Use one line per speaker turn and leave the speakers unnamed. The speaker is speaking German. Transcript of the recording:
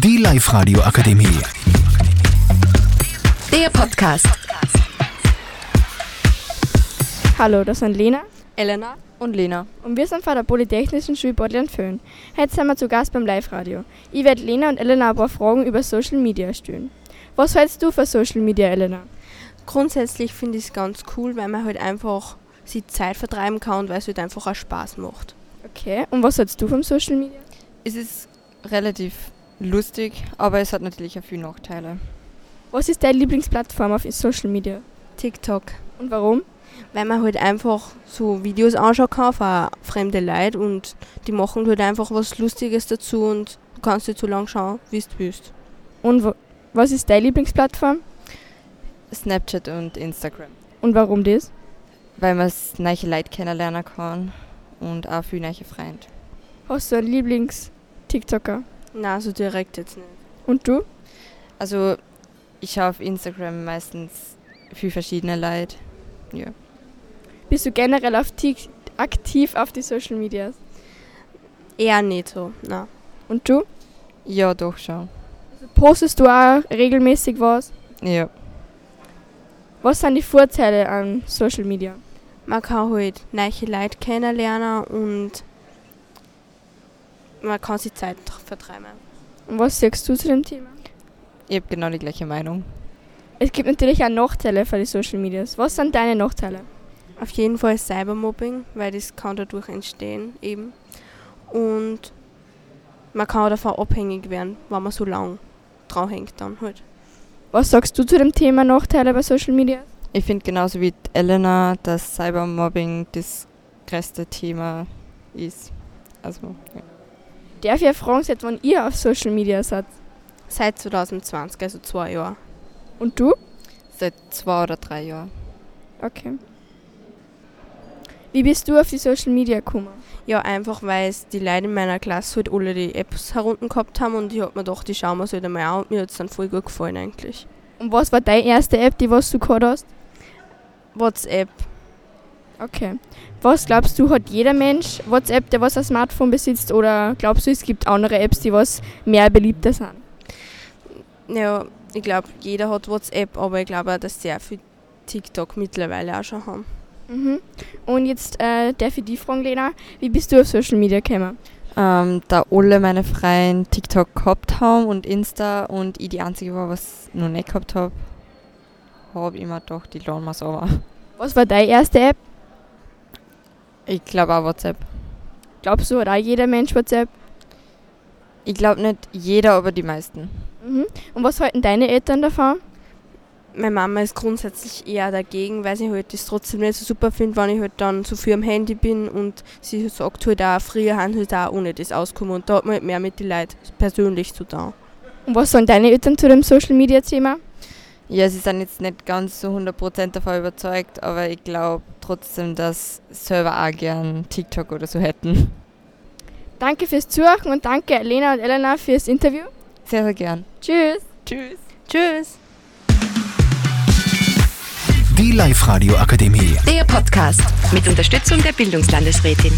Live radio akademie
Der Podcast.
Hallo, das sind Lena
Elena und Lena.
und wir sind von der Polytechnischen Schule Bodlern Föhn. Heute sind wir zu Gast beim Live-Radio. Ich werde Lena und Elena ein paar Fragen über Social Media stellen. Was hältst du von Social Media, Elena?
Grundsätzlich finde ich es ganz cool, weil man halt einfach sich Zeit vertreiben kann und weil es halt einfach auch Spaß macht.
Okay, und was hältst du vom Social Media?
Es ist relativ lustig, aber es hat natürlich auch viele Nachteile.
Was ist deine Lieblingsplattform auf Social Media
TikTok.
und warum?
Weil man halt einfach so Videos anschauen kann von fremden Leuten und die machen halt einfach was Lustiges dazu und du kannst dir so lang schauen, wie du willst.
Und wa- was ist deine Lieblingsplattform
Snapchat und Instagram,
und warum das?
weil man s- neue Leute kennenlernen kann und auch viele neue Freunde.
Hast du einen Lieblings-TikToker?
Na, so direkt jetzt nicht.
Und du?
Also ich schaue auf Instagram meistens viel verschiedene Leute.
Bist du generell auf Tik- aktiv auf die Social Medias?
Eher nicht so, na.
Und du?
Ja, doch schon.
Postest du auch regelmäßig was?
Ja.
Was sind die Vorteile an Social Media?
Man kann halt neue Leute kennenlernen und man kann sich Zeit vertreiben.
Und was sagst du zu dem Thema?
Ich habe genau die gleiche Meinung.
Es gibt natürlich auch Nachteile für die Social Medias. Was sind deine Nachteile?
Auf jeden Fall Cybermobbing, weil das kann dadurch entstehen eben. Und man kann auch davon abhängig werden, wenn man so lang dranhängt dann halt.
Was sagst du zu dem Thema Nachteile bei Social Media?
Ich finde genauso wie die Elena, dass Cybermobbing das größte Thema ist. Also, ja.
Darf ich auch fragen, seit wann ihr auf Social Media seid?
Seit 2020, also zwei Jahre.
Und du?
seit zwei oder drei Jahren.
Okay. Wie bist du auf die Social Media gekommen?
Ja, einfach weil es die Leute in meiner Klasse halt alle die Apps herunter gehabt haben und ich hab mir gedacht, die schauen wir halt einmal an und mir hat es dann voll gut gefallen eigentlich.
Und was war deine erste App, die was du gehabt hast?
WhatsApp.
Okay. Was glaubst du, hat jeder Mensch WhatsApp, der was ein Smartphone besitzt? Oder glaubst du, es gibt andere Apps, die was mehr beliebter sind?
Ja, ich glaube, jeder hat WhatsApp, aber ich glaube auch, dass sehr viel TikTok mittlerweile auch schon haben.
Mhm. Und jetzt äh, darf ich die fragen, Lena. Wie bist du auf Social Media gekommen?
ähm, da alle meine Freien TikTok gehabt haben und Insta und ich die einzige war, was noch nicht gehabt habe, habe ich mir doch die laden wir's aber.
Was war deine erste App?
Ich glaube auch WhatsApp.
Glaubst du, hat auch jeder Mensch WhatsApp?
Ich glaube nicht jeder, aber die meisten.
Mhm. Und was halten deine Eltern davon?
Meine Mama ist grundsätzlich eher dagegen, weil sie halt das trotzdem nicht so super findet, wenn ich halt dann so viel am Handy bin und sie sagt halt auch, früher haben halt auch ohne das auskommen und da hat man halt mehr mit den Leuten persönlich zu tun.
Und was sagen deine Eltern zu dem Social Media Thema?
Ja, sie sind jetzt nicht ganz so 100% davon überzeugt, aber ich glaube trotzdem, dass Server auch gern TikTok oder so hätten.
Danke fürs Zuhören und danke Lena und Elena fürs Interview.
Sehr, sehr gern.
Tschüss!
Tschüss.
Tschüss!
Die Live radio akademie
Der Podcast mit Unterstützung der Bildungslandesrätin.